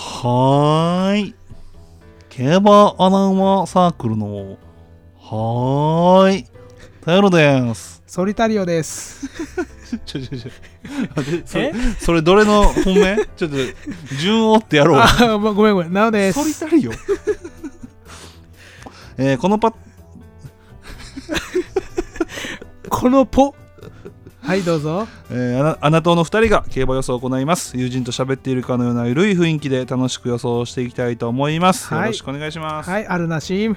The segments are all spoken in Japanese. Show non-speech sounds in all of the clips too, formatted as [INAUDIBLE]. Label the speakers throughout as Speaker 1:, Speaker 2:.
Speaker 1: はーい。競馬アナウマサークルの、はーい。タイロです。
Speaker 2: ソリタリオです。
Speaker 1: ちょちょ [LAUGHS] ちょ。待ってそ
Speaker 2: え
Speaker 1: れ、それどれの本命 [LAUGHS] ちょっと、順を追ってやろう。
Speaker 2: あ、ごごめんごめん。なおで
Speaker 1: ソリ
Speaker 2: す。
Speaker 1: タリオ [LAUGHS] えー、こ [LAUGHS] のパッ、
Speaker 2: このポ。はい、どうぞ。
Speaker 1: えー、アナアナ党の2人が競馬予想を行います。友人と喋っているかのような緩い雰囲気で楽しく予想していきたいと思います。
Speaker 2: はい
Speaker 1: よろしくお願いします。
Speaker 2: はい、アルナシーム。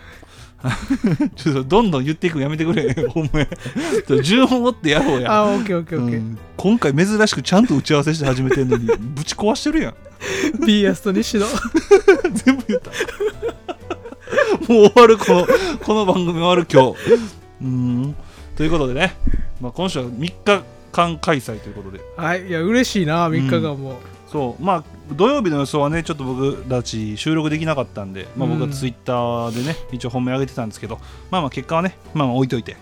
Speaker 1: ちょっとどんどん言っていくのやめてく
Speaker 2: [LAUGHS]
Speaker 1: れ、ほんまや。ちょっと順を追ってやろうや。
Speaker 2: あ、オッケーオッケーオッケ
Speaker 1: う
Speaker 2: ー。
Speaker 1: ん今回珍しくちゃんと打ち合わせして始めてんのに [LAUGHS] ぶち壊してるやん
Speaker 2: ビーアスと西野。
Speaker 1: 全部言ったもう終わるこのこの番組終わる今日うーんということでね、まあ、今週は3日間開催ということで
Speaker 2: はい、いや、嬉しいな、3日間も。
Speaker 1: そうまあ土曜日の予想はねちょっと僕たち収録できなかったんで、まあ、僕は
Speaker 2: うん
Speaker 1: ツイッターでね一応本命上げてたんですけどまあまあ結果はねまあまあ置いといて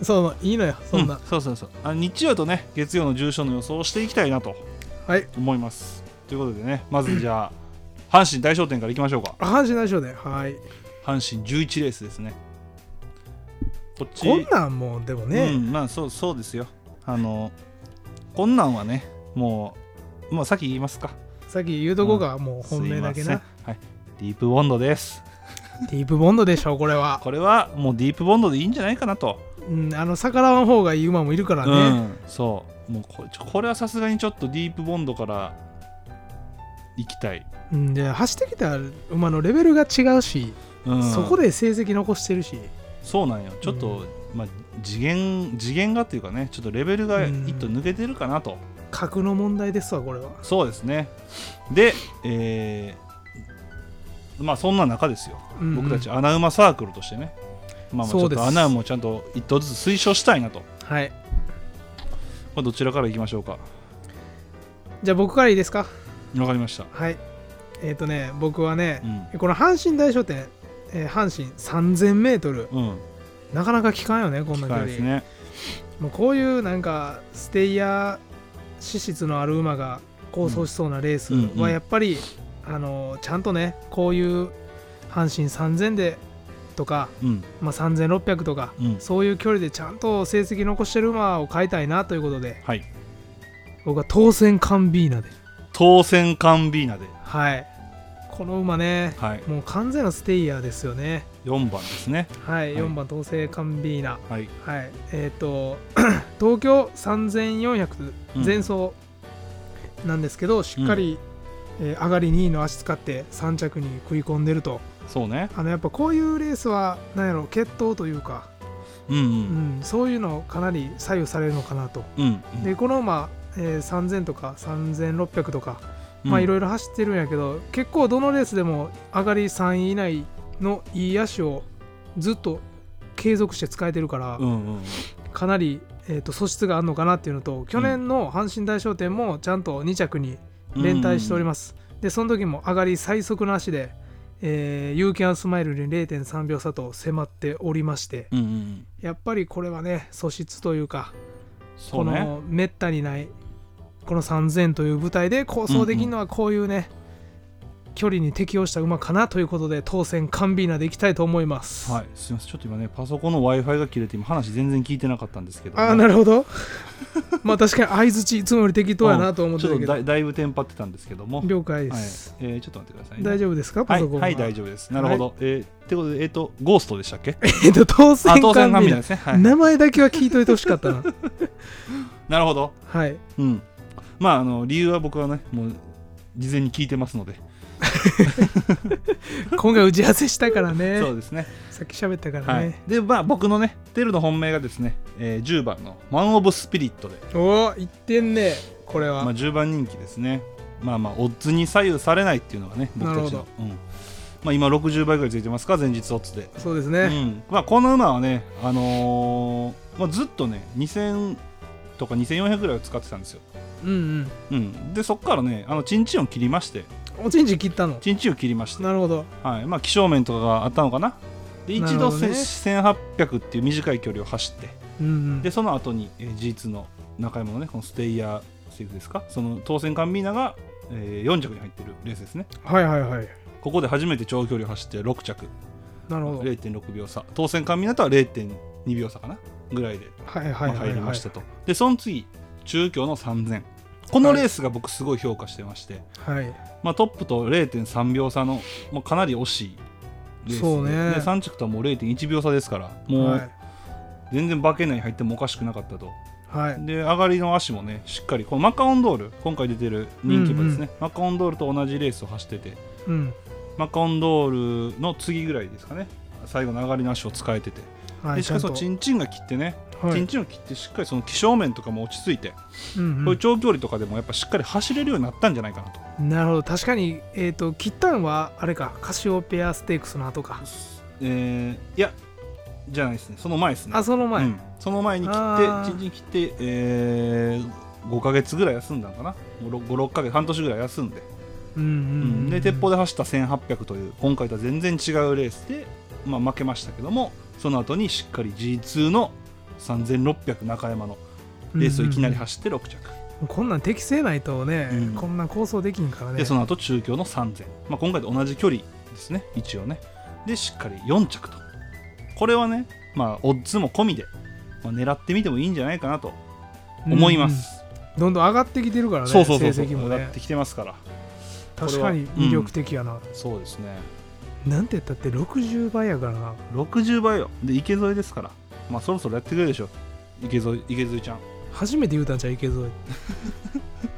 Speaker 2: そう、いいのよ、そんな
Speaker 1: う。そうそうそうあ日曜とね月曜の重賞の予想をしていきたいなと
Speaker 2: はい。
Speaker 1: 思いますということでねまずじゃあ [CLEARS THROAT] 阪神大商店からいきましょうか
Speaker 2: あ阪神大賞で。はい。
Speaker 1: 阪神11レースですねこっち
Speaker 2: こんなんもう、でも
Speaker 1: う
Speaker 2: ね。
Speaker 1: ん、まあそうそうですよあのこんなんはねもうもう先言いますか
Speaker 2: さっき言うとこが、もう本命だけ
Speaker 1: すいま
Speaker 2: な。
Speaker 1: せんはいディープボンドです
Speaker 2: ディープボンドでしょ、これは。
Speaker 1: これはもうディープボンドでいいんじゃないかなと、
Speaker 2: うん、あの、逆らわん方がいい馬もいるから
Speaker 1: う
Speaker 2: ね。
Speaker 1: んそうもうこちょこれはさすがにちょっとディープボンドから行きたい、
Speaker 2: うん、で、走ってきた馬のレベルが違うし、
Speaker 1: うん、
Speaker 2: そこで成績残してるし。
Speaker 1: そうなんよちょっと、まあ、次元次元がっていうかねちょっとレベルが一途抜けてるかなと、
Speaker 2: 格の問題ですわこれは
Speaker 1: そうですねで、えーまあそんな中ですよ、
Speaker 2: うんうん
Speaker 1: 僕たち穴馬サークルとしてねまあまあち
Speaker 2: そ
Speaker 1: ょ
Speaker 2: う
Speaker 1: っ
Speaker 2: です
Speaker 1: と穴馬をちゃんと一頭ずつ推奨したいなと
Speaker 2: はい
Speaker 1: まあどちらからいきましょうか
Speaker 2: じゃあ僕からいいですか
Speaker 1: わかりました
Speaker 2: はいえっ、とね僕はね
Speaker 1: う、ん
Speaker 2: この阪神大賞典、えー阪神 3000m
Speaker 1: うん
Speaker 2: なかなか効かんよねこんな距
Speaker 1: 近
Speaker 2: 離
Speaker 1: いですね
Speaker 2: もうこういうなんかステイヤー資質のある馬が構想しそうなレース
Speaker 1: うんうんう
Speaker 2: は
Speaker 1: ん
Speaker 2: やっぱり、あのーちゃんとねこういう阪神3000でとか、
Speaker 1: うん
Speaker 2: まあ、3600とか
Speaker 1: うん
Speaker 2: そういう距離でちゃんと成績残してる馬を買いたいなということで
Speaker 1: はい
Speaker 2: 僕は当選カンビーナで
Speaker 1: 当選カンビーナで、
Speaker 2: はい。この馬ね、
Speaker 1: はい、
Speaker 2: もう完全なステイヤーですよね。
Speaker 1: 4番ですね
Speaker 2: はい、
Speaker 1: はい
Speaker 2: 4番、東勢カンビーナ。
Speaker 1: はい
Speaker 2: はい、えっ、と、 [CLEARS THROAT] 東京3400
Speaker 1: うん
Speaker 2: 前走なんですけど、しっかり、えー上がり2位の足使って3着に食い込んでると。
Speaker 1: そうね
Speaker 2: あのやっぱこういうレースは、なんやろ、決闘というか、
Speaker 1: うんう
Speaker 2: うんん、そういうのかなり左右されるのかなと。
Speaker 1: うんうん
Speaker 2: で、この馬、えー3000とか3600とか、
Speaker 1: うん
Speaker 2: まあいろいろ走ってるんやけど結構どのレースでも上がり3位以内のいい野手をずっと継続して使えてるから、
Speaker 1: うんうんうん
Speaker 2: かなり、えー、と素質があるのかなっていうのと去年の阪神大賞典もちゃんと2着に連帯しております、でその時も上がり最速の足で、えー、ユーキャンスマイルに0.3秒差と迫っておりまして
Speaker 1: うんうんうん
Speaker 2: やっぱりこれはね素質というか
Speaker 1: そ
Speaker 2: こ
Speaker 1: うね
Speaker 2: のめったにないこの3000という舞台で構想できるのはこういうね、距離に適応した馬かなということで当選カンビーナでいきたいと思います、
Speaker 1: はい、すみません、ちょっと今ね、パソコンの Wi-Fi が切れて、今話全然聞いてなかったんですけど、
Speaker 2: ああなるほど [LAUGHS] まあ確かに相づちいつもより適当やなと思っ
Speaker 1: ち
Speaker 2: て
Speaker 1: ょ
Speaker 2: る
Speaker 1: っ
Speaker 2: け
Speaker 1: と
Speaker 2: ど、
Speaker 1: だいだいぶテンパってたんですけども、はい
Speaker 2: 了解
Speaker 1: え
Speaker 2: です、
Speaker 1: ーちょっと待ってくださいね。
Speaker 2: 大
Speaker 1: 夫
Speaker 2: 丈夫ですかパ
Speaker 1: は
Speaker 2: ソコン
Speaker 1: い、はい、大
Speaker 2: 夫
Speaker 1: 丈夫です。なるほど。えーってことで、えっ、と、ゴーストでした
Speaker 2: [LAUGHS]
Speaker 1: っけ
Speaker 2: えっと当選
Speaker 1: あ、当
Speaker 2: カ
Speaker 1: 選
Speaker 2: ン
Speaker 1: 神
Speaker 2: ビー
Speaker 1: な
Speaker 2: ナ
Speaker 1: んですね。はい。
Speaker 2: 名前だけは聞いといてほしかったな
Speaker 1: なるほど。
Speaker 2: はい
Speaker 1: うん。まあ、あの、理由は僕はね、もう、事前に聞いてますので、
Speaker 2: 今回打ち合わせしたから
Speaker 1: [LAUGHS]
Speaker 2: ね
Speaker 1: そうですね。
Speaker 2: さっき喋ったから
Speaker 1: はい。
Speaker 2: ね、
Speaker 1: で、まあ、僕のね、テルの本命がですね、えー10番のマン・オブ・スピリットで、
Speaker 2: おお言ってんねこれは、
Speaker 1: まあ、10番人気ですねまあまあオッズに左右されないっていうのがね僕たち
Speaker 2: なる
Speaker 1: の、うんまあ、今60倍ぐらいついてますか前日オッズで、
Speaker 2: そうです
Speaker 1: う
Speaker 2: ね、
Speaker 1: んまあ、この馬はね、あのーまあ、ずっとね2000とか2400ぐらいを使ってたんですよ、
Speaker 2: うん、うん
Speaker 1: うん、でそこからねあのチンチンを切りまして
Speaker 2: おちんちん切ったの
Speaker 1: チンチンを切りまして、
Speaker 2: なるほど
Speaker 1: はいまあ、気象面とかがあったのかなで
Speaker 2: な
Speaker 1: 一
Speaker 2: るほ
Speaker 1: 度
Speaker 2: ど
Speaker 1: せ、
Speaker 2: ね
Speaker 1: 1800っていう短い距離を走って
Speaker 2: うんうん
Speaker 1: でその後に、えー G2 の中山のねこのステイヤーセーフですかその当選カンビーナがえー4着に入ってるレースですね
Speaker 2: はいはいはい
Speaker 1: ここで初めて長距離を走って6着
Speaker 2: なるほどはい
Speaker 1: 0.6秒差当選神湊は0.2秒差かなぐらいで
Speaker 2: はい
Speaker 1: ま
Speaker 2: は
Speaker 1: あ
Speaker 2: いはい
Speaker 1: 入りましたと、でその次中京の3000このレースが僕すごい評価してまして、
Speaker 2: はい
Speaker 1: まあ、トップと0.3秒差の、まあ、かなり惜しいレースで
Speaker 2: そうね
Speaker 1: で3着とはもう0.1秒差ですからも
Speaker 2: は
Speaker 1: う
Speaker 2: い
Speaker 1: 全然馬券内に入ってもおかしくなかったと、
Speaker 2: はい
Speaker 1: で上がりの足もねしっかりこのマカオンドール今回出てる人気馬ですね、マカオンドールと同じレースを走ってて
Speaker 2: うん
Speaker 1: マカオンドールの次ぐらいですかね最後の上がりの足を使えてて、
Speaker 2: は
Speaker 1: で
Speaker 2: い
Speaker 1: しかも
Speaker 2: ち
Speaker 1: そ
Speaker 2: ゃん
Speaker 1: の
Speaker 2: と
Speaker 1: チンチンが切ってね、
Speaker 2: は
Speaker 1: チン
Speaker 2: い
Speaker 1: チンを切ってしっかりその気象面とかも落ち着いて、
Speaker 2: うん
Speaker 1: こう
Speaker 2: う
Speaker 1: いう長距離とかでもやっぱしっかり走れるようになったんじゃないかなと
Speaker 2: んなるほど確かにえっと切ったんはあれかカシオペアステークスの後か
Speaker 1: えーいやじゃないですねその前ですね
Speaker 2: あその前
Speaker 1: うんその前に切
Speaker 2: あ
Speaker 1: っ
Speaker 2: ー
Speaker 1: てチンチン切って、え5ヶ月ぐらい休んだのかな56ヶ月半年ぐらい休んで、
Speaker 2: うんうんうん
Speaker 1: で鉄砲で走った1800という今回とは全然違うレースで、まあ、負けましたけどもその後にしっかり G2 の3600中山のレースをいきなり走って6着、
Speaker 2: こんなん適正ないとね、
Speaker 1: うん
Speaker 2: こんな構想できんからね
Speaker 1: でその後中京の3000、まあ、今回と同じ距離ですね一応ねでしっかり4着とこれはねまあオッズも込みで、まあ、狙ってみてもいいんじゃないかなと思います、
Speaker 2: うんうんどんどん上がってきてるからね
Speaker 1: そうそうそうそう、
Speaker 2: 成績も
Speaker 1: 上が
Speaker 2: ね
Speaker 1: ってきてますから
Speaker 2: 確かに魅力的やな、
Speaker 1: そうですね
Speaker 2: なんて言ったって60倍やからな
Speaker 1: 60倍よで池添ですからまあそろそろやってくれるでしょ池添池添ちゃん、
Speaker 2: 初めて言うたんちゃうい
Speaker 1: [LAUGHS]
Speaker 2: けぞ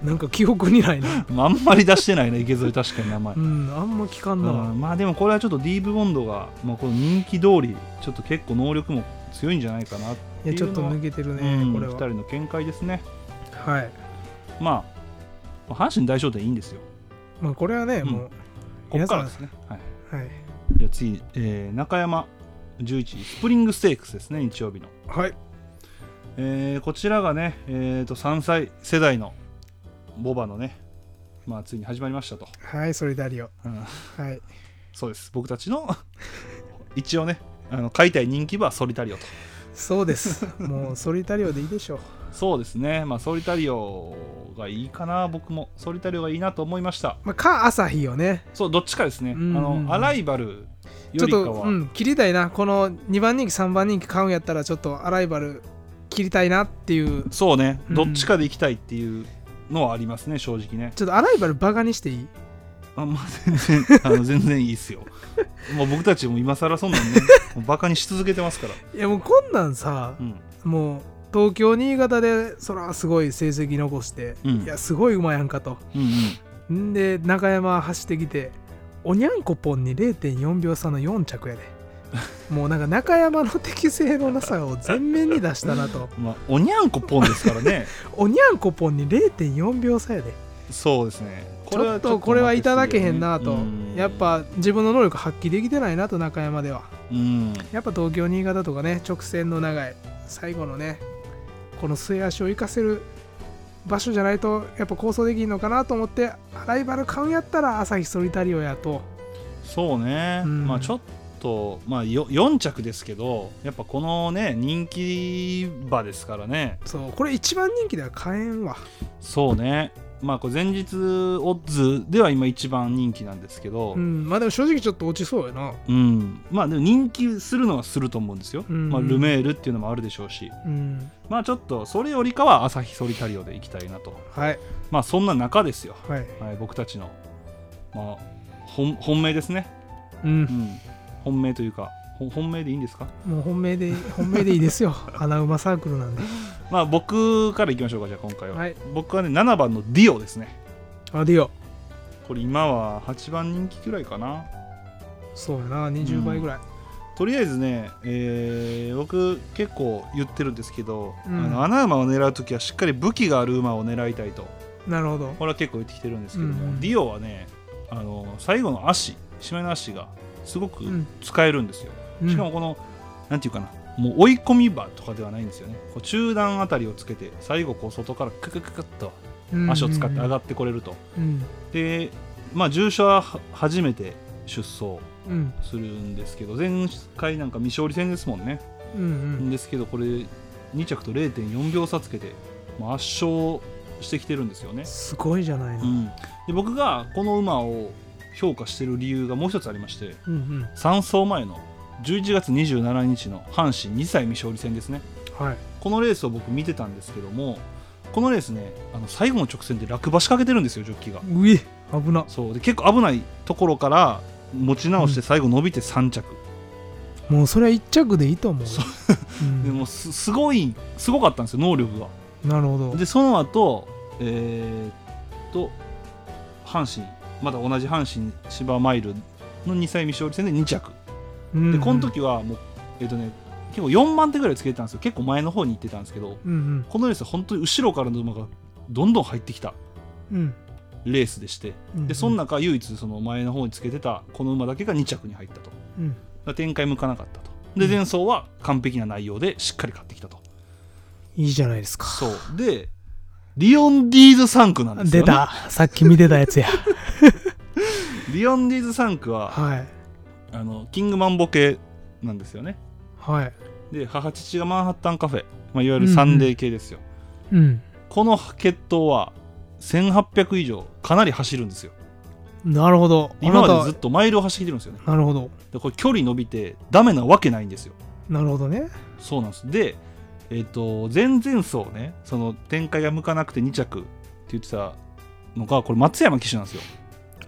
Speaker 2: なんか記憶にないな
Speaker 1: まあ、あんまり出してないね池添確かに名前
Speaker 2: うんあんま聞かんな、
Speaker 1: うん、まあでもこれはちょっとディーブボンドが、まあ、この人気通りちょっと結構能力も強いんじゃないかなって
Speaker 2: いやちょっと抜けてる
Speaker 1: う
Speaker 2: ね、
Speaker 1: ん、
Speaker 2: これ
Speaker 1: 2
Speaker 2: は
Speaker 1: 人の見解ですね
Speaker 2: はい
Speaker 1: まあ阪神大賞典いいんですよ
Speaker 2: まあこれはね、
Speaker 1: うん
Speaker 2: もう
Speaker 1: ここからですね、はい、
Speaker 2: はい
Speaker 1: じゃあ次、えー中山11スプリングステークスですね日曜日の、
Speaker 2: はい
Speaker 1: えーこちらがね、えー、と3歳世代のボバのねまあついに始まりましたと、
Speaker 2: はいそれダリオ
Speaker 1: うん
Speaker 2: はい
Speaker 1: そうです僕たちの [LAUGHS] 一応ねあの買いたい人気馬はソリタリオと
Speaker 2: そうです
Speaker 1: [LAUGHS]
Speaker 2: もうソリタリオでいいでしょう
Speaker 1: そうですねまあソリタリオがいいかな僕もソリタリオがいいなと思いました
Speaker 2: まあか朝日よね
Speaker 1: そうどっちかですね、
Speaker 2: うん
Speaker 1: あのアライバル
Speaker 2: ち
Speaker 1: より
Speaker 2: ょっ
Speaker 1: か
Speaker 2: と、
Speaker 1: は、
Speaker 2: うん、切りたいな。この2番人気、3番人気買うんやったら、ちょっとアライバル切りたいなっていう。
Speaker 1: そうね、
Speaker 2: うん
Speaker 1: どっちかで行きたいっていうのはありますね正直ね
Speaker 2: ちょっとアライバルバカにしていい
Speaker 1: あんまあ全然あの全然いいっすよもう僕たちも今更そんなんねもうバカにし続けてますから、
Speaker 2: いやもうこんなんさ
Speaker 1: う、ん、
Speaker 2: もう東京、新潟でそらすごい成績残して、
Speaker 1: うん
Speaker 2: いやすごい馬やんかと。
Speaker 1: うんうん
Speaker 2: んで、中山走ってきて、おにゃんこぽんに0.4秒差の4着 [LAUGHS] やで。もうなんか中山の適性のなさを全面に出したなと。
Speaker 1: まあおにゃんこポンですからね
Speaker 2: おにゃんこぽんに0.4秒差やで。
Speaker 1: [LAUGHS] そうですね
Speaker 2: ちょっとこれはいただけへんなと、
Speaker 1: うん
Speaker 2: やっぱ自分の能力発揮できてないなと中山では
Speaker 1: うん
Speaker 2: やっぱ東京新潟とかね直線の長い最後のねこの末足を生かせる場所じゃないとやっぱ構想できんのかなと思ってアライバル買うんやったら朝日ソリタリオやと
Speaker 1: そうね、
Speaker 2: うん
Speaker 1: まあちょっとまあよ4着ですけどやっぱこのね人気馬ですからね
Speaker 2: そうこれ一番人気では買えんわ
Speaker 1: そうねまあこれ前日オッズでは今一番人気なんですけど、
Speaker 2: うんまあでも正直ちょっと落ちそうやな
Speaker 1: うん、まあでも人気するのはすると思うんですよ、
Speaker 2: うん
Speaker 1: まあ、ルメールっていうのもあるでしょうし
Speaker 2: うん
Speaker 1: まあちょっとそれよりかは朝日ソリタリオで行きたいなと
Speaker 2: はい
Speaker 1: まあそんな中ですよ、
Speaker 2: はい
Speaker 1: はい、僕たちの、まあ、本本命ですね、
Speaker 2: う
Speaker 1: うんん、本命というかほ本命でいいんですか
Speaker 2: もう本
Speaker 1: [LAUGHS]
Speaker 2: 命で本命でいいですよ穴馬サークルなんで
Speaker 1: まあ僕からいきましょうかじゃあ今回は、
Speaker 2: はい
Speaker 1: 僕はね7番のディオですね
Speaker 2: アディオ
Speaker 1: これ今は8番人気くらいかな
Speaker 2: そうやな20倍ぐらい、
Speaker 1: とりあえずね、えー僕結構言ってるんですけど、
Speaker 2: うん
Speaker 1: あの穴馬を狙う時はしっかり武器がある馬を狙いたいと
Speaker 2: なるほど
Speaker 1: これは結構言ってきてるんですけども、
Speaker 2: うんうん
Speaker 1: ディオはねあの最後の足締めの足がすごく
Speaker 2: うん
Speaker 1: 使えるんですよ、
Speaker 2: うん
Speaker 1: しかもこのなんていうかなもう追い込み場とかではないんですよねこう中段あたりをつけて最後こう外からククククッと足を使って上がってこれると、
Speaker 2: うん
Speaker 1: でまあ重賞はは初めて出走
Speaker 2: うん
Speaker 1: するんですけど前回なんか未勝利戦ですもんね
Speaker 2: うんうん
Speaker 1: ですけどこれ2着と0.4秒差つけて、まあ、圧勝してきてるんですよね。
Speaker 2: すごいじゃないの、
Speaker 1: うん、で僕がこの馬を評価してる理由がもう一つありまして
Speaker 2: うんうん
Speaker 1: 3走前の11月27日の阪神2歳未勝利戦ですね
Speaker 2: はい
Speaker 1: このレースを僕見てたんですけどもこのレースねあの最後の直線で落馬しかけてるんですよジョッキーが
Speaker 2: うえ危な
Speaker 1: そうで結構危ないところから持ち直して最後伸びて3着、
Speaker 2: もうそれは一着でいいと思う
Speaker 1: そ
Speaker 2: うん
Speaker 1: でもうすすごいすごかったんですよ能力が
Speaker 2: なるほど
Speaker 1: でその後えーっと阪神まだ同じ阪神芝マイルの2歳未勝利戦で2着
Speaker 2: うんう
Speaker 1: で
Speaker 2: ん
Speaker 1: この時はもうえっ、とね結構4番手ぐらいつけてたんですよ結構前の方に行ってたんですけど
Speaker 2: うん
Speaker 1: このレースは本当に後ろからの馬がどんどん入ってきた
Speaker 2: うんうん
Speaker 1: レースでして
Speaker 2: うん
Speaker 1: でその中唯一その前の方につけてたこの馬だけが2着に入ったとだか
Speaker 2: うん
Speaker 1: ら展開向かなかったと
Speaker 2: う
Speaker 1: で
Speaker 2: ん
Speaker 1: 前走は完璧な内容でしっかり勝ってきたと
Speaker 2: いいじゃないですか
Speaker 1: そうでリオンディーズ3区なんですよ、
Speaker 2: 出
Speaker 1: ね、
Speaker 2: たさっき見てたやつや
Speaker 1: リオンディーズ3区は
Speaker 2: [LAUGHS] はい
Speaker 1: あのキングマンボケなんですよね
Speaker 2: はい
Speaker 1: で母父がマンハッタンカフェ、まあ、いわゆるサンデー系ですよ、
Speaker 2: うん
Speaker 1: この血統は1800以上かなり走るんですよ
Speaker 2: なるほど
Speaker 1: 今ま
Speaker 2: あ
Speaker 1: で
Speaker 2: なた
Speaker 1: ずっとマイルを走ってきてるんですよね
Speaker 2: なるほど
Speaker 1: でこれ距離伸びてダメなわけないんですよ
Speaker 2: なるほどね
Speaker 1: そうなんですでえっ、と前々走ねその展開が向かなくて2着って言ってたのがこれ松山騎手なんですよ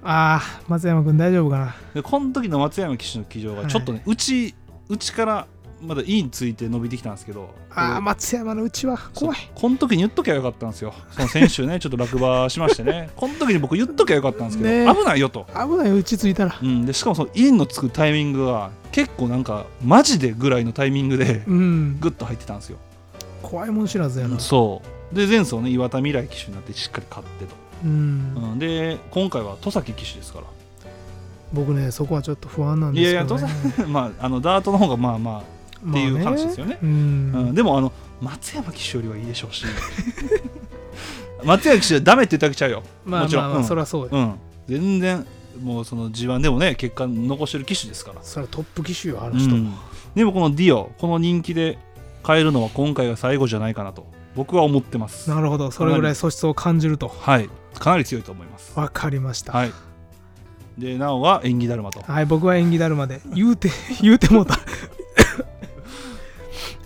Speaker 2: ああ松山君大丈夫かな
Speaker 1: でこの時の松山騎手の騎乗がちょっとね、うちうちからまだインついて伸びてきたんですけど
Speaker 2: ああ
Speaker 1: これ
Speaker 2: 松山のうちは怖い
Speaker 1: そうこの時に言っときゃよかったんですよその先週ねちょっと落馬しましてねこの時に僕言っときゃよかったんですけど、
Speaker 2: ねえ
Speaker 1: 危ないよと
Speaker 2: 危ないうち着いたら
Speaker 1: うん、でしかもそのインのつくタイミングが結構なんかマジでぐらいのタイミングで
Speaker 2: うん
Speaker 1: グッと入ってたんですよ、
Speaker 2: 怖いもん知らずやな
Speaker 1: そうで前走ね岩田未来騎手になってしっかり勝ってと、
Speaker 2: うん
Speaker 1: うん、で今回は戸崎騎手ですから [LAUGHS]
Speaker 2: 僕ねそこはちょっと不安なんですけど、ね、
Speaker 1: いやいやまああのダートの方がまあま
Speaker 2: まあね
Speaker 1: っていう話ですよね
Speaker 2: う
Speaker 1: あ、
Speaker 2: ん、
Speaker 1: うん、でもあの松山騎手よりはいいでしょう [LAUGHS] し松山騎手はダメって言ってあげちゃうよ、
Speaker 2: まあ
Speaker 1: もちろん
Speaker 2: まあまあ、
Speaker 1: うん
Speaker 2: そりゃそうよ、
Speaker 1: うん、全然もうその G1 でもね結果残してる騎手ですから
Speaker 2: そりゃトップ機種よあの人、
Speaker 1: うんでもこのディオこの人気で変えるのは今回が最後じゃないかなと僕は思ってます
Speaker 2: なるほどそれぐらい素質を感じると
Speaker 1: はいかなり強いと思います
Speaker 2: わかりましたはい、
Speaker 1: はいでなおは縁起だるまと
Speaker 2: 僕は演技だるまで言うて [LAUGHS] 言うてもうた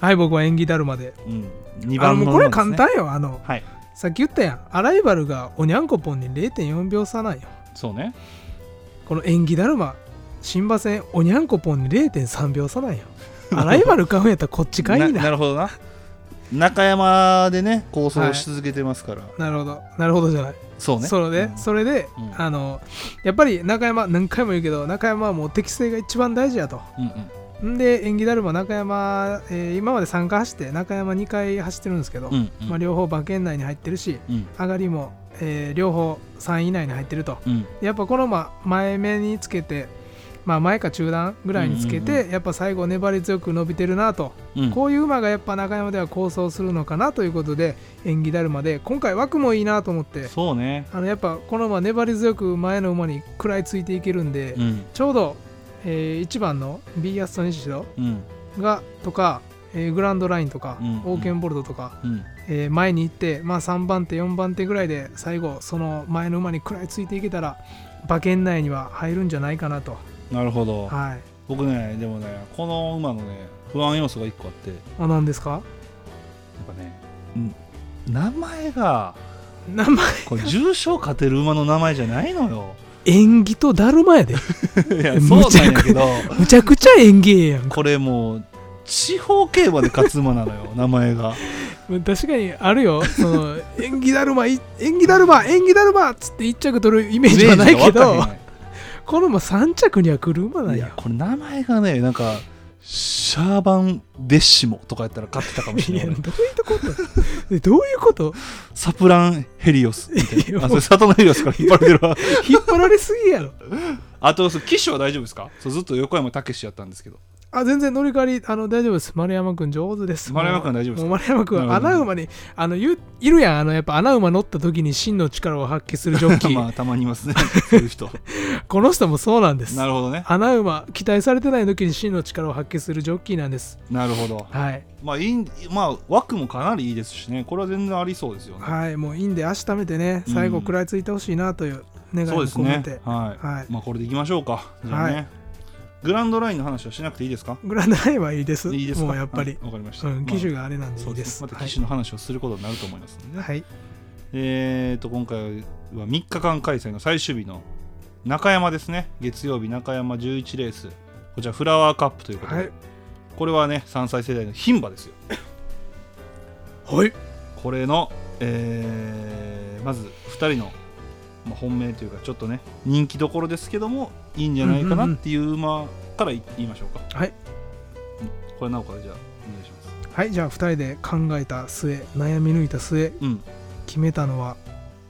Speaker 2: はい僕は演技だるまで
Speaker 1: うん2
Speaker 2: あの
Speaker 1: 番
Speaker 2: も
Speaker 1: の
Speaker 2: うこれ
Speaker 1: 馬です
Speaker 2: 簡
Speaker 1: ね
Speaker 2: 単よあの
Speaker 1: はい
Speaker 2: さっき言ったやんアライバルがおにゃんこぽんに0.4秒差なんよ
Speaker 1: そうね
Speaker 2: この演技だるま新馬戦おにゃんこぽんに0.3秒差
Speaker 1: [LAUGHS]
Speaker 2: なんよアライバル買うんやったらこっちがいい
Speaker 1: な
Speaker 2: な
Speaker 1: なるほどな中山でね構
Speaker 2: は
Speaker 1: 想
Speaker 2: い
Speaker 1: し続けてますから、
Speaker 2: なるほどなるほどじゃない
Speaker 1: そうね
Speaker 2: そのね、
Speaker 1: ん
Speaker 2: それで、
Speaker 1: うん
Speaker 2: あのやっぱり中山何回も言うけど中山はもう適性が一番大事やと
Speaker 1: うんうん
Speaker 2: んで演技だるま中山、えー今まで3回走って中山2回走ってるんですけど、
Speaker 1: うんうん
Speaker 2: まあ、両方馬券内に入ってるし
Speaker 1: うん
Speaker 2: 上がりも、えー両方3位以内に入ってると
Speaker 1: うん
Speaker 2: やっぱこのま前目につけて、まあ、前か中段ぐらいにつけて、
Speaker 1: うんう
Speaker 2: やっぱ最後粘り強く伸びてるなと、
Speaker 1: うん
Speaker 2: こういう馬がやっぱ中山では構想するのかなということで演技だるまで今回枠もいいなと思って
Speaker 1: そうね
Speaker 2: あのやっぱこの馬粘り強く前の馬に食らいついていけるんで、
Speaker 1: うん
Speaker 2: ちょうど、え1番の B アスト西シロ
Speaker 1: うん
Speaker 2: がとか、えーグランドラインとか、
Speaker 1: うん
Speaker 2: オーケンボルトとか、
Speaker 1: うん
Speaker 2: えー前に行って、まあ、3番手4番手ぐらいで最後その前の馬に食らいついていけたら馬券内には入るんじゃないかなと
Speaker 1: なるほど
Speaker 2: はい
Speaker 1: 僕ねでもねこの馬のね不安要素が1個あって
Speaker 2: あ何ですか [LAUGHS]
Speaker 1: やっぱね、名前が
Speaker 2: 名前
Speaker 1: これ重賞勝てる馬の名前じゃないのよ
Speaker 2: 縁起とだるまやで
Speaker 1: いやそうなんやけど
Speaker 2: むちゃくちゃ縁起ええやん [LAUGHS]
Speaker 1: これもう地方競馬で勝つ馬なのよ名前が
Speaker 2: 確かにあるよその [LAUGHS] 縁起だるまい縁起だるま縁起だるまっつって一着取るイメージはないけど
Speaker 1: イメージが湧か
Speaker 2: この馬3着には来る馬
Speaker 1: へん
Speaker 2: な
Speaker 1: ねん
Speaker 2: ん
Speaker 1: い
Speaker 2: よ
Speaker 1: やこれ名前がねなんかシャーバン・デッシモとかやったら勝ってたかもし
Speaker 2: い
Speaker 1: れ
Speaker 2: や
Speaker 1: な
Speaker 2: ど
Speaker 1: いう俺
Speaker 2: いうこと [LAUGHS] どういうこと
Speaker 1: サプラン・ヘリオスみたい
Speaker 2: いや
Speaker 1: なあそれ里のヘリオスから引っ張られてるわ
Speaker 2: 引っ張られすぎやろ
Speaker 1: あとそう騎手は大丈夫ですかそうずっと横山武史やったんですけど
Speaker 2: あ全然乗り換わりあの大丈夫です丸山くん上手です
Speaker 1: 丸山くん大丈夫です
Speaker 2: もう丸山くん
Speaker 1: なるほど
Speaker 2: 穴馬にあの言ういるやんあのやっぱ穴馬乗った時に真の力を発揮するジョッキー、
Speaker 1: [LAUGHS] まあたまにいますねそういう [LAUGHS] 人
Speaker 2: この人もそうなんです
Speaker 1: なるほどね
Speaker 2: 穴馬期待されてない時に真の力を発揮するジョッキーなんです
Speaker 1: なるほど
Speaker 2: はい
Speaker 1: まあいいんまあ枠もかなりいいですしねこれは全然ありそうですよね
Speaker 2: はいもういいんで足ためてね最後
Speaker 1: うん
Speaker 2: 食らいついてほしいなという願い
Speaker 1: そう
Speaker 2: も
Speaker 1: です
Speaker 2: 込め
Speaker 1: ね
Speaker 2: て、
Speaker 1: はい、
Speaker 2: はい
Speaker 1: まあこれでいきましょうかじゃあね、
Speaker 2: は
Speaker 1: グランドラインの話はしなくていいですか
Speaker 2: グランドラインはいいです
Speaker 1: いいですか
Speaker 2: もうやっぱり
Speaker 1: はい、わ、かりました、
Speaker 2: うん、機種
Speaker 1: が
Speaker 2: があれなんでいいです,、
Speaker 1: また機種の話をすることになると思いますのでね、
Speaker 2: はい、はい、
Speaker 1: えー、と今回は3日間開催の最終日の中山ですね月曜日中山11レースこちらフラワーカップということで、
Speaker 2: はい
Speaker 1: これはね3歳世代の牝馬ですよ
Speaker 2: はい
Speaker 1: これの、えーまず2人の、まあ、本命というかちょっとね人気どころですけどもいいんじゃないかなっていう馬からい言いましょうか
Speaker 2: はい
Speaker 1: これなおかじゃあお願いします
Speaker 2: はいじゃあ2人で考えた末悩み抜いた末
Speaker 1: うん
Speaker 2: 決めたのは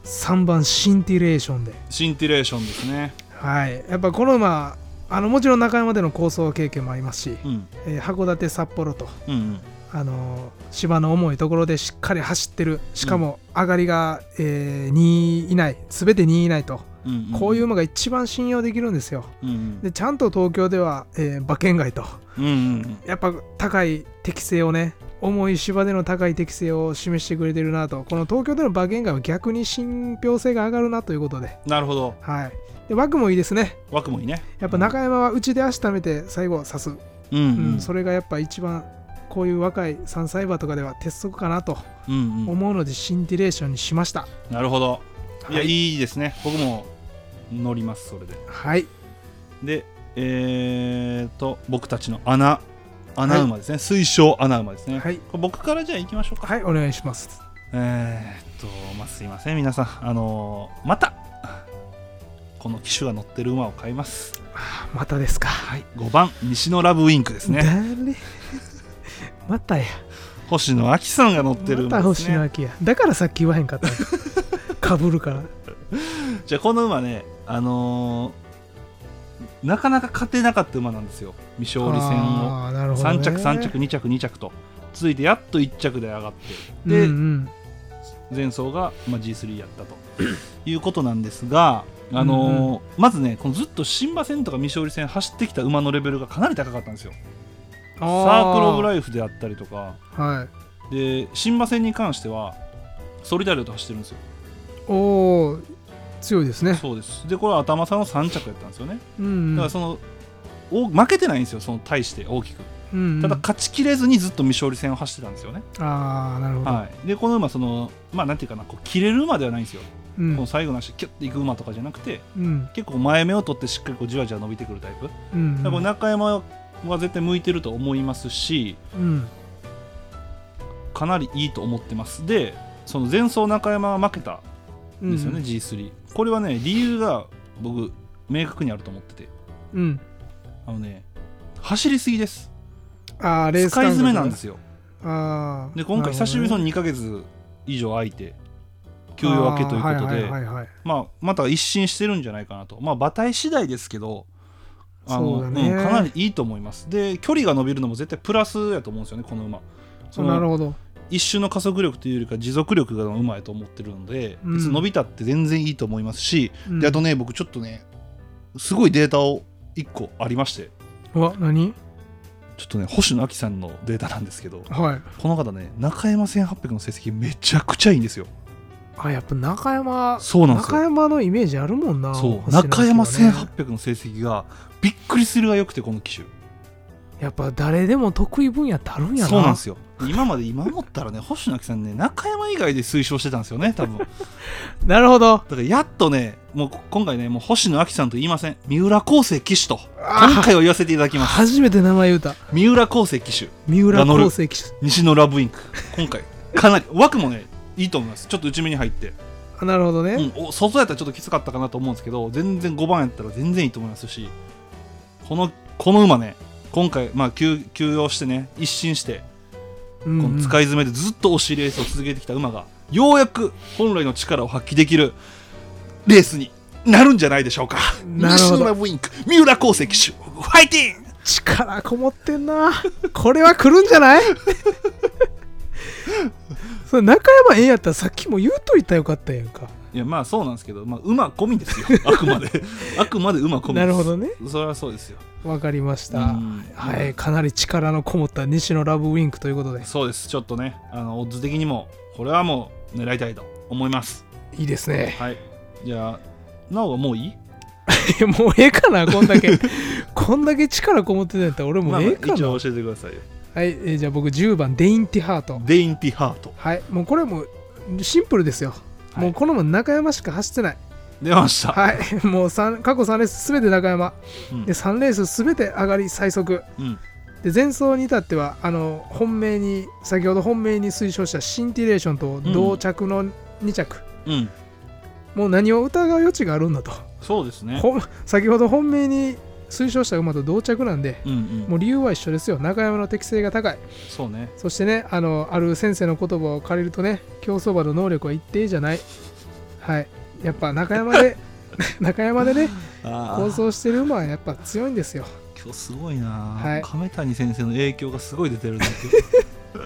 Speaker 2: 3番シンティレーションで
Speaker 1: シンティレーションですね
Speaker 2: はいやっぱこの馬あのもちろん中山での構想経験もありますし、
Speaker 1: うん
Speaker 2: えー函館札幌と
Speaker 1: うんうん
Speaker 2: あのー芝の重いところでしっかり走ってるしかも上がりが、えー2位以内全て2位以内と、
Speaker 1: うんん
Speaker 2: こういう馬が一番信用できるんですよ
Speaker 1: うんうん
Speaker 2: でちゃんと東京では、えー馬券外と
Speaker 1: うんうん
Speaker 2: やっぱ高い適性をね重い芝での高い適性を示してくれてるなとこの東京での馬券外は逆に信憑性が上がるなということで,、
Speaker 1: なるほど
Speaker 2: はい、で枠もいいですね
Speaker 1: 枠もいいね
Speaker 2: やっぱ中山は内で足ためて最後刺す、
Speaker 1: うん
Speaker 2: う
Speaker 1: うん
Speaker 2: ん、それがやっぱ一番こういう若い3歳馬とかでは鉄則かなと
Speaker 1: うんうん
Speaker 2: 思うのでシンディレーションにしました
Speaker 1: なるほどいや
Speaker 2: はい
Speaker 1: いいですね僕も乗りますそれで
Speaker 2: はい
Speaker 1: でえー、と僕たちの穴穴馬ですね、推奨穴馬ですね、
Speaker 2: はい、
Speaker 1: これ僕からじゃあ行きましょうか
Speaker 2: はい、お願いします
Speaker 1: えー、っとまあすいません皆さんあのーまたこの機種が乗ってる馬を買います
Speaker 2: あまたですか、
Speaker 1: はい5番西のラブウィンクですね
Speaker 2: 誰 [LAUGHS] またや
Speaker 1: 星野亜紀さんが乗ってる
Speaker 2: また
Speaker 1: 馬です
Speaker 2: 星
Speaker 1: ね、
Speaker 2: 野秋やだからさっき言わへんかった
Speaker 1: [LAUGHS]
Speaker 2: かぶるから
Speaker 1: じゃあこの馬ねあのーなかなか勝てなかった馬なんですよ未勝利戦を
Speaker 2: あーなるほど、ね、
Speaker 1: 3着3着2着2着と続いてやっと1着で上がって
Speaker 2: で、
Speaker 1: で、
Speaker 2: うんうん
Speaker 1: 前走が、まあ、G3 やった
Speaker 2: [CLEARS THROAT]
Speaker 1: ということなんですが、あのーまずねこのずっと新馬戦とか未勝利戦走ってきた馬のレベルがかなり高かったんですよ
Speaker 2: あ
Speaker 1: サークル・オブ・
Speaker 2: い
Speaker 1: ライフであったりとか
Speaker 2: はい
Speaker 1: で新馬戦に関してはソリダリオと走ってるん
Speaker 2: [LAUGHS]
Speaker 1: ですよ
Speaker 2: おお強いですね
Speaker 1: そうですでこれは頭さんの3着やったんですよね
Speaker 2: うん
Speaker 1: だか
Speaker 2: うん
Speaker 1: らその、お負けてないんですよその対して大きく
Speaker 2: うんうん
Speaker 1: ただ勝ちきれずにずっと未勝利戦を走ってたんですよね、
Speaker 2: ああなるほど、
Speaker 1: はい、でこの馬そのまあなんていうかなこう切れる馬ではないんですよ、
Speaker 2: うん
Speaker 1: この最後の足キュッていく馬とかじゃなくて
Speaker 2: うん
Speaker 1: 結構前目を取ってしっかりこうじわじわ伸びてくるタイプだか
Speaker 2: うん
Speaker 1: らこれ中山は絶対向いてると思いますし
Speaker 2: うん
Speaker 1: かなりいいと思ってますでその前走中山が負けたんですよね、G3 これはね理由が僕明確にあると思ってて
Speaker 2: うん、うん、
Speaker 1: あのね走りすぎです
Speaker 2: ああレー
Speaker 1: 使
Speaker 2: ス感
Speaker 1: い
Speaker 2: 覚
Speaker 1: 詰めなんですよ
Speaker 2: ああ
Speaker 1: で今回久しぶり
Speaker 2: に
Speaker 1: に2ヶ月以上空いて休養明けということで、
Speaker 2: はいはいはいはい
Speaker 1: まあ、また一新してるんじゃないかなと、まあ、馬体次第ですけどあの
Speaker 2: そうだね
Speaker 1: んかなりいいと思いますで距離が伸びるのも絶対プラスやと思うんですよねこの馬そ
Speaker 2: なる
Speaker 1: の
Speaker 2: ほど
Speaker 1: 一瞬の加速力というよりか持続力が馬やと思ってるので、
Speaker 2: うん
Speaker 1: 別に伸びたって全然いいと思いますし、
Speaker 2: うん
Speaker 1: であとね僕ちょっとねすごいデータを1個ありまして
Speaker 2: うわ何
Speaker 1: ちょっとね星野亜紀さんのデータなんですけど
Speaker 2: はい
Speaker 1: この方ね中山1800の成績めちゃくちゃいいんですよ
Speaker 2: あやっぱ中山
Speaker 1: そうなんですよ
Speaker 2: 中山のイメージあるもんな
Speaker 1: そう
Speaker 2: 星野
Speaker 1: 中山
Speaker 2: 秋はね
Speaker 1: 1800の成績がびっくりするが良くてこの機種
Speaker 2: やっぱ誰でも得意分野ってあるんやな
Speaker 1: そうなんですよ今まで今思ったらね星野亜紀さんね中山以外で推奨してたんですよね多
Speaker 2: [LAUGHS]
Speaker 1: 分だか
Speaker 2: なるほど
Speaker 1: らやっとねもうこ今回ねもう星野亜紀さんと言いません三浦康生騎手と今回は言わせていただき
Speaker 2: [LAUGHS]
Speaker 1: ます
Speaker 2: 初めて名前言うた
Speaker 1: 三浦康生騎手
Speaker 2: 三浦康生騎手
Speaker 1: 西のラブインク今回かなり枠もねいいと思いますちょっと内目に入って、
Speaker 2: あなるほどね、
Speaker 1: うん、お外やったらちょっときつかったかなと思うんですけど全然5番やったら全然いいと思いますしこのこの馬ね今回、まあ、休休養してね一新して
Speaker 2: うん
Speaker 1: この使い詰めでずっと推しレースを続けてきた馬がようやく本来の力を発揮できるレースになるんじゃないでしょうか
Speaker 2: なるほど
Speaker 1: 西村ウィンク三浦康生騎手ファイティング
Speaker 2: 力こもってんなこれは来るんじゃない [LAUGHS] それ中山ええやったらさっきも言うといたらよかったやんか
Speaker 1: いやまあそうなんですけど、まあ、馬込みですよあくま
Speaker 2: [LAUGHS]
Speaker 1: であくまで馬込みです
Speaker 2: なるほどね
Speaker 1: それはそうですよ
Speaker 2: わかりました、
Speaker 1: うん
Speaker 2: はいかなり力のこもった西のラブウィンクということで
Speaker 1: そうですちょっとねあのオッズ的にもこれはもう狙いたいと思います
Speaker 2: いいですね [LAUGHS]
Speaker 1: はいじゃあなおはもういい
Speaker 2: いやもうええかなこんだ
Speaker 1: [LAUGHS]
Speaker 2: けこんだけ力こもってたんやったら俺も
Speaker 1: まあ
Speaker 2: う
Speaker 1: まあ
Speaker 2: ええかな、
Speaker 1: 一応教えてくださいよ
Speaker 2: はい、えーじゃあ僕10番デインティハート
Speaker 1: デインティハート
Speaker 2: はいもうこれはもうシンプルですよ、
Speaker 1: はい
Speaker 2: もうこのもん中山しか走ってない
Speaker 1: 出ました、
Speaker 2: [LAUGHS] はい、もう三過去3レースすべて中山、
Speaker 1: うん
Speaker 2: で3レースすべて上がり最速
Speaker 1: うん
Speaker 2: で前走に至ってはあの本命に先ほど本命に推奨したシンティレーションと同着の2着、
Speaker 1: うん
Speaker 2: もう何を疑う余地があるんだと、
Speaker 1: そうですね
Speaker 2: ほん先ほど本命に推奨した馬と同着なんで
Speaker 1: うんうん
Speaker 2: もう理由は一緒ですよ中山の適性が高い
Speaker 1: そうね
Speaker 2: そしてねあのある先生の言葉を借りるとね競走馬の能力は一定じゃないはいやっぱ中
Speaker 1: [LAUGHS]
Speaker 2: 山で中山でね
Speaker 1: あ
Speaker 2: 構想してる馬はやっぱ強いんですよ。
Speaker 1: 今日すごいな、
Speaker 2: はい
Speaker 1: 亀谷先生の影響がすごい出てるんだけど [LAUGHS]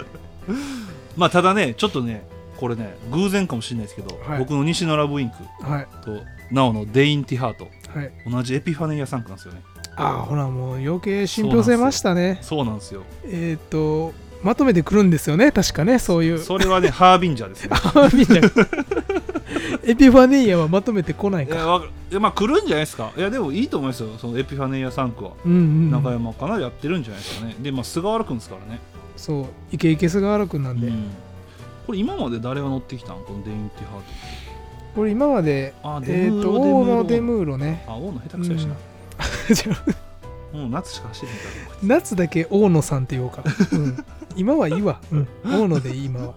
Speaker 1: まあただねちょっとねこれね偶然かもしれないですけど、
Speaker 2: はい
Speaker 1: 僕の西のラブインク
Speaker 2: はい
Speaker 1: となおのデインティハート
Speaker 2: はい。
Speaker 1: 同じエピファネイア産区なんですよね
Speaker 2: ああほらもう余計信憑性ましたね。
Speaker 1: そうなんですよ
Speaker 2: えーっ、とまとめてくるんですよね確かねそういう。
Speaker 1: それはねハービンジャーですね
Speaker 2: ハービンジャー [LAUGHS] エピファネイアはまとめてこない
Speaker 1: い
Speaker 2: か。
Speaker 1: やわかいやまあ来るんじゃないですかいやでもいいと思いますよそのエピファネイア産区は
Speaker 2: うんうん、
Speaker 1: 中山かなりやってるんじゃないですかねでまあ菅原君ですからね
Speaker 2: そうイケイケ菅原君なんで、
Speaker 1: うんこれ今まで誰が乗ってきたんこのデインティハー
Speaker 2: これ今まで
Speaker 1: トあ
Speaker 2: えーっ、と王のデムーロね [LAUGHS]
Speaker 1: あ王の下手くそやしな、
Speaker 2: じゃあ
Speaker 1: もう夏しか走ってないから
Speaker 2: 夏だけ大野さんって言おうか、うん、今はいいわ、うん、大野でいい今は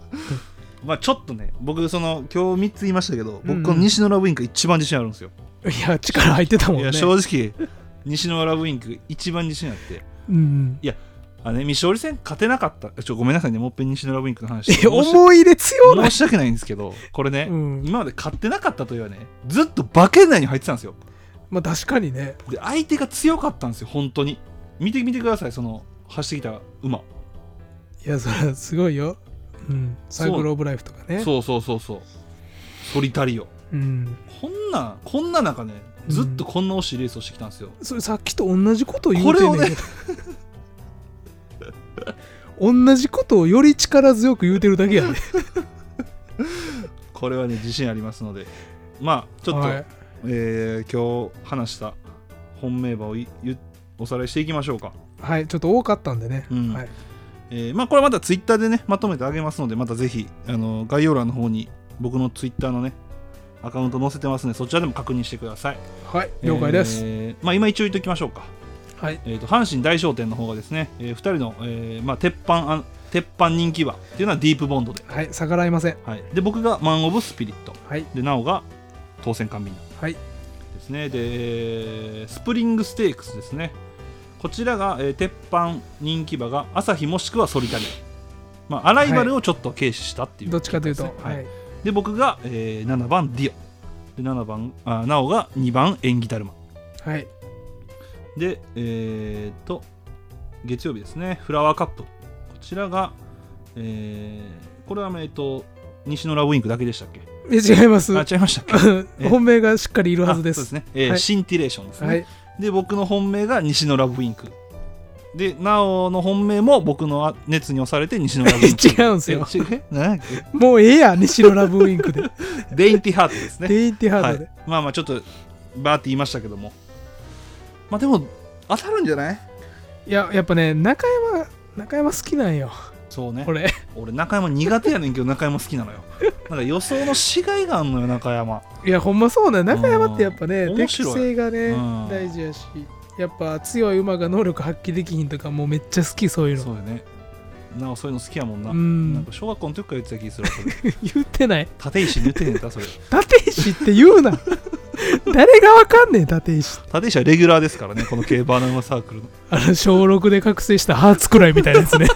Speaker 1: まあちょっとね僕その今日3つ言いましたけど
Speaker 2: うん
Speaker 1: 僕
Speaker 2: うん
Speaker 1: この西のラブインク一番自信あるんですよ、
Speaker 2: いや力入ってた
Speaker 1: い
Speaker 2: もんね
Speaker 1: や正直西のラブインク一番自信あって
Speaker 2: うんうん
Speaker 1: あね未勝利戦勝てなかったちょごめんなさいねもっぺん西のラブインクの [LAUGHS] 話
Speaker 2: いや
Speaker 1: 申し
Speaker 2: 思い入れ強ない
Speaker 1: 申し訳ないんですけどこれね、
Speaker 2: うん
Speaker 1: 今まで勝ってなかったといえばねずっと馬券内に入ってたんですよ
Speaker 2: まあ確かにね
Speaker 1: で相手が強かったんですよ本当に見てみてくださいその走ってきた馬
Speaker 2: いやそれはすごいよ、うん、
Speaker 1: そ
Speaker 2: サ
Speaker 1: う
Speaker 2: イクル・オブ・ライフとかね
Speaker 1: そうそうそうそうソリタリオ
Speaker 2: うん、
Speaker 1: こんなんこんな中ねずっとこんな惜しいレースをしてきたんですよ、
Speaker 2: それさっきと同じことを言うてんねんけど [LAUGHS] 同じことをより力強く言うてるだけやね
Speaker 1: これはね自信ありますのでま [LAUGHS] あちょっと、
Speaker 2: はい
Speaker 1: えー今日話した本命馬をいゆおさらいしていきましょうか、
Speaker 2: はいちょっと多かったんでね、
Speaker 1: うん
Speaker 2: はい、
Speaker 1: えーまあこれまたツイッターでねまとめてあげますのでまたぜひあの概要欄の方に僕のツイッターのねアカウント載せてますのでそちらでも確認してください
Speaker 2: はい、了解です、
Speaker 1: えーまあ今一応言っときましょうか、
Speaker 2: はい
Speaker 1: えー、と阪神大商店の方がですね、え2人の、えーまあ、鉄板あ鉄板人気馬っていうのはディープボンドで,、
Speaker 2: はい逆らいません
Speaker 1: はい、で僕がマン・オブ・スピリット
Speaker 2: はい
Speaker 1: でなおが当選官民
Speaker 2: はい
Speaker 1: ですねでえースプリングステークスですねこちらが、えー鉄板人気馬が朝日もしくはソリタリア、まあ、アライバルをちょっと軽視したっていう、
Speaker 2: どっちかというと、
Speaker 1: ですね
Speaker 2: はい、
Speaker 1: で僕が、えー7番ディオで7番あなおが2番縁起だるま
Speaker 2: はい
Speaker 1: でえー、と月曜日ですねフラワーカップこちらが、えーこれはえっ、と西のラブウィンクだけでしたっけ
Speaker 2: え違います
Speaker 1: あ違いましたっけえ
Speaker 2: [LAUGHS] 本命がしっかりいるはずで
Speaker 1: あそうですすね、えー
Speaker 2: はい
Speaker 1: シンティレーションですね、
Speaker 2: はい
Speaker 1: で僕の本命が西のラブウィンクでなおの本命も僕のあ熱に押されて西のラブウィンク
Speaker 2: [LAUGHS] 違うんすよ
Speaker 1: え違え何やっけ
Speaker 2: もうええや西のラブウィ
Speaker 1: [LAUGHS]
Speaker 2: ンクで
Speaker 1: デインティハートですね
Speaker 2: [LAUGHS] デインティハー
Speaker 1: は
Speaker 2: ドで、
Speaker 1: い、まあまあちょっとバーって言いましたけどもまあでも当たるんじゃない
Speaker 2: いややっぱね中山中山好きなんよ
Speaker 1: そうね
Speaker 2: 俺
Speaker 1: 俺中山苦手やねんけど中山好きなのよなんか予想のしがいがあんのよ中山
Speaker 2: いやほんまそうね中山ってやっぱね
Speaker 1: うん面
Speaker 2: 適
Speaker 1: 白い
Speaker 2: 性がね
Speaker 1: うん
Speaker 2: 大事やしやっぱ強い馬が能力発揮できひんとかもうめっちゃ好きそういうの
Speaker 1: そうよねなおそういうの好きやもんな、
Speaker 2: うん
Speaker 1: なんか小学校の時から言ってた気するわそれ
Speaker 2: [LAUGHS] 言ってない
Speaker 1: 立石に言ってんねんたそれ
Speaker 2: 立石って言うな [LAUGHS] 誰がわかんねえ立石
Speaker 1: 立石はレギュラーですからねこの競馬の馬サークルの
Speaker 2: あの小6で覚醒したハーツくらいみたいなやつね [LAUGHS]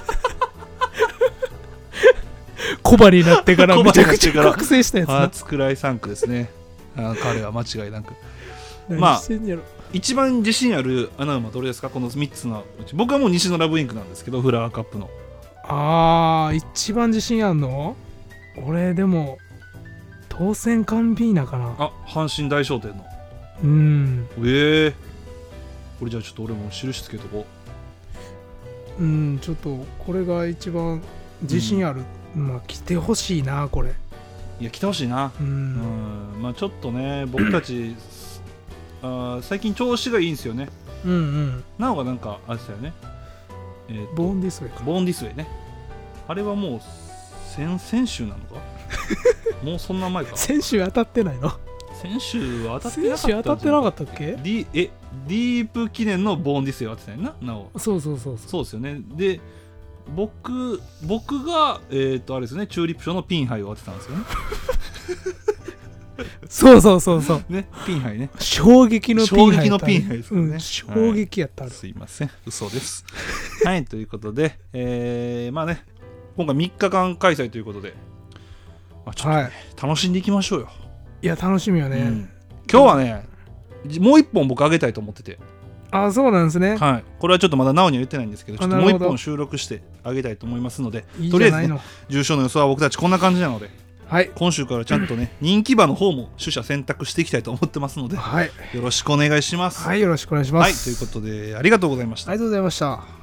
Speaker 2: 小針になってからめちゃくち
Speaker 1: 小針になって
Speaker 2: ゃ
Speaker 1: から
Speaker 2: 覚醒したやつ
Speaker 1: ハー
Speaker 2: な
Speaker 1: ツクライサンクですねあー彼は間違いなくまあ
Speaker 2: 何してんやろ
Speaker 1: 一番自信ある穴馬どれですかこの3つのうち僕はもう西のラブインクなんですけどフラワーカップの
Speaker 2: あー一番自信あんの俺でも当選カンビーナかな
Speaker 1: あ阪神大商店の
Speaker 2: うん
Speaker 1: ええこれじゃあちょっと俺も印つけとこ
Speaker 2: うんちょっとこれが一番自信ある、まあ来てほしいなこれ
Speaker 1: ういや来てほしいな
Speaker 2: う
Speaker 1: うんんまあちょっとね僕たちあー最近調子がいいんですよね
Speaker 2: うんうん
Speaker 1: なおがなんかあれですよねえーと
Speaker 2: ボーンディスウェイか
Speaker 1: ボーンディスウェイねあれはもう先先週なのかもうそんな前か
Speaker 2: 先週当たってないの
Speaker 1: 先週は当たってなか
Speaker 2: 先
Speaker 1: った
Speaker 2: 週当たってなかったっけ
Speaker 1: D えディープ記念のボーンディスウェイは当てたよななお
Speaker 2: そうそうそうそう
Speaker 1: そうですよねで僕僕がえっ、とあれですねチューリップ賞のピンハイを当てたんですよね
Speaker 2: そうそうそうそう
Speaker 1: ねピンハイね
Speaker 2: 衝撃のピンハイやった
Speaker 1: 衝撃のピンハイですよね
Speaker 2: うん、衝撃やった、あれ
Speaker 1: すいません嘘です [LAUGHS] はいということでえー、まあね今回3日間開催ということで、まあ、ちょっとね、
Speaker 2: はい
Speaker 1: 楽しんでいきましょうよ、
Speaker 2: いや楽しみよね、
Speaker 1: うん今日はねもう一本僕あげたいと思ってて、
Speaker 2: あそうなん [LAUGHS] ですね
Speaker 1: はい、これはちょっとまだなおには言ってないんですけどちょっともう一
Speaker 2: なるほど
Speaker 1: 本収録してあげたいと思いますので
Speaker 2: いい
Speaker 1: と
Speaker 2: じ
Speaker 1: りあ
Speaker 2: ゃ
Speaker 1: えず
Speaker 2: な
Speaker 1: ね、
Speaker 2: いの
Speaker 1: 重賞の予想は僕たちこんな感じなので
Speaker 2: はい
Speaker 1: 今週からちゃんとね人気馬の方も取捨選択していきたいと思ってますのでよ
Speaker 2: はい
Speaker 1: ろしくお願いします。
Speaker 2: はいよろしくお願いしま
Speaker 1: はい、
Speaker 2: す
Speaker 1: ということでありがとうございました
Speaker 2: ありがとうございました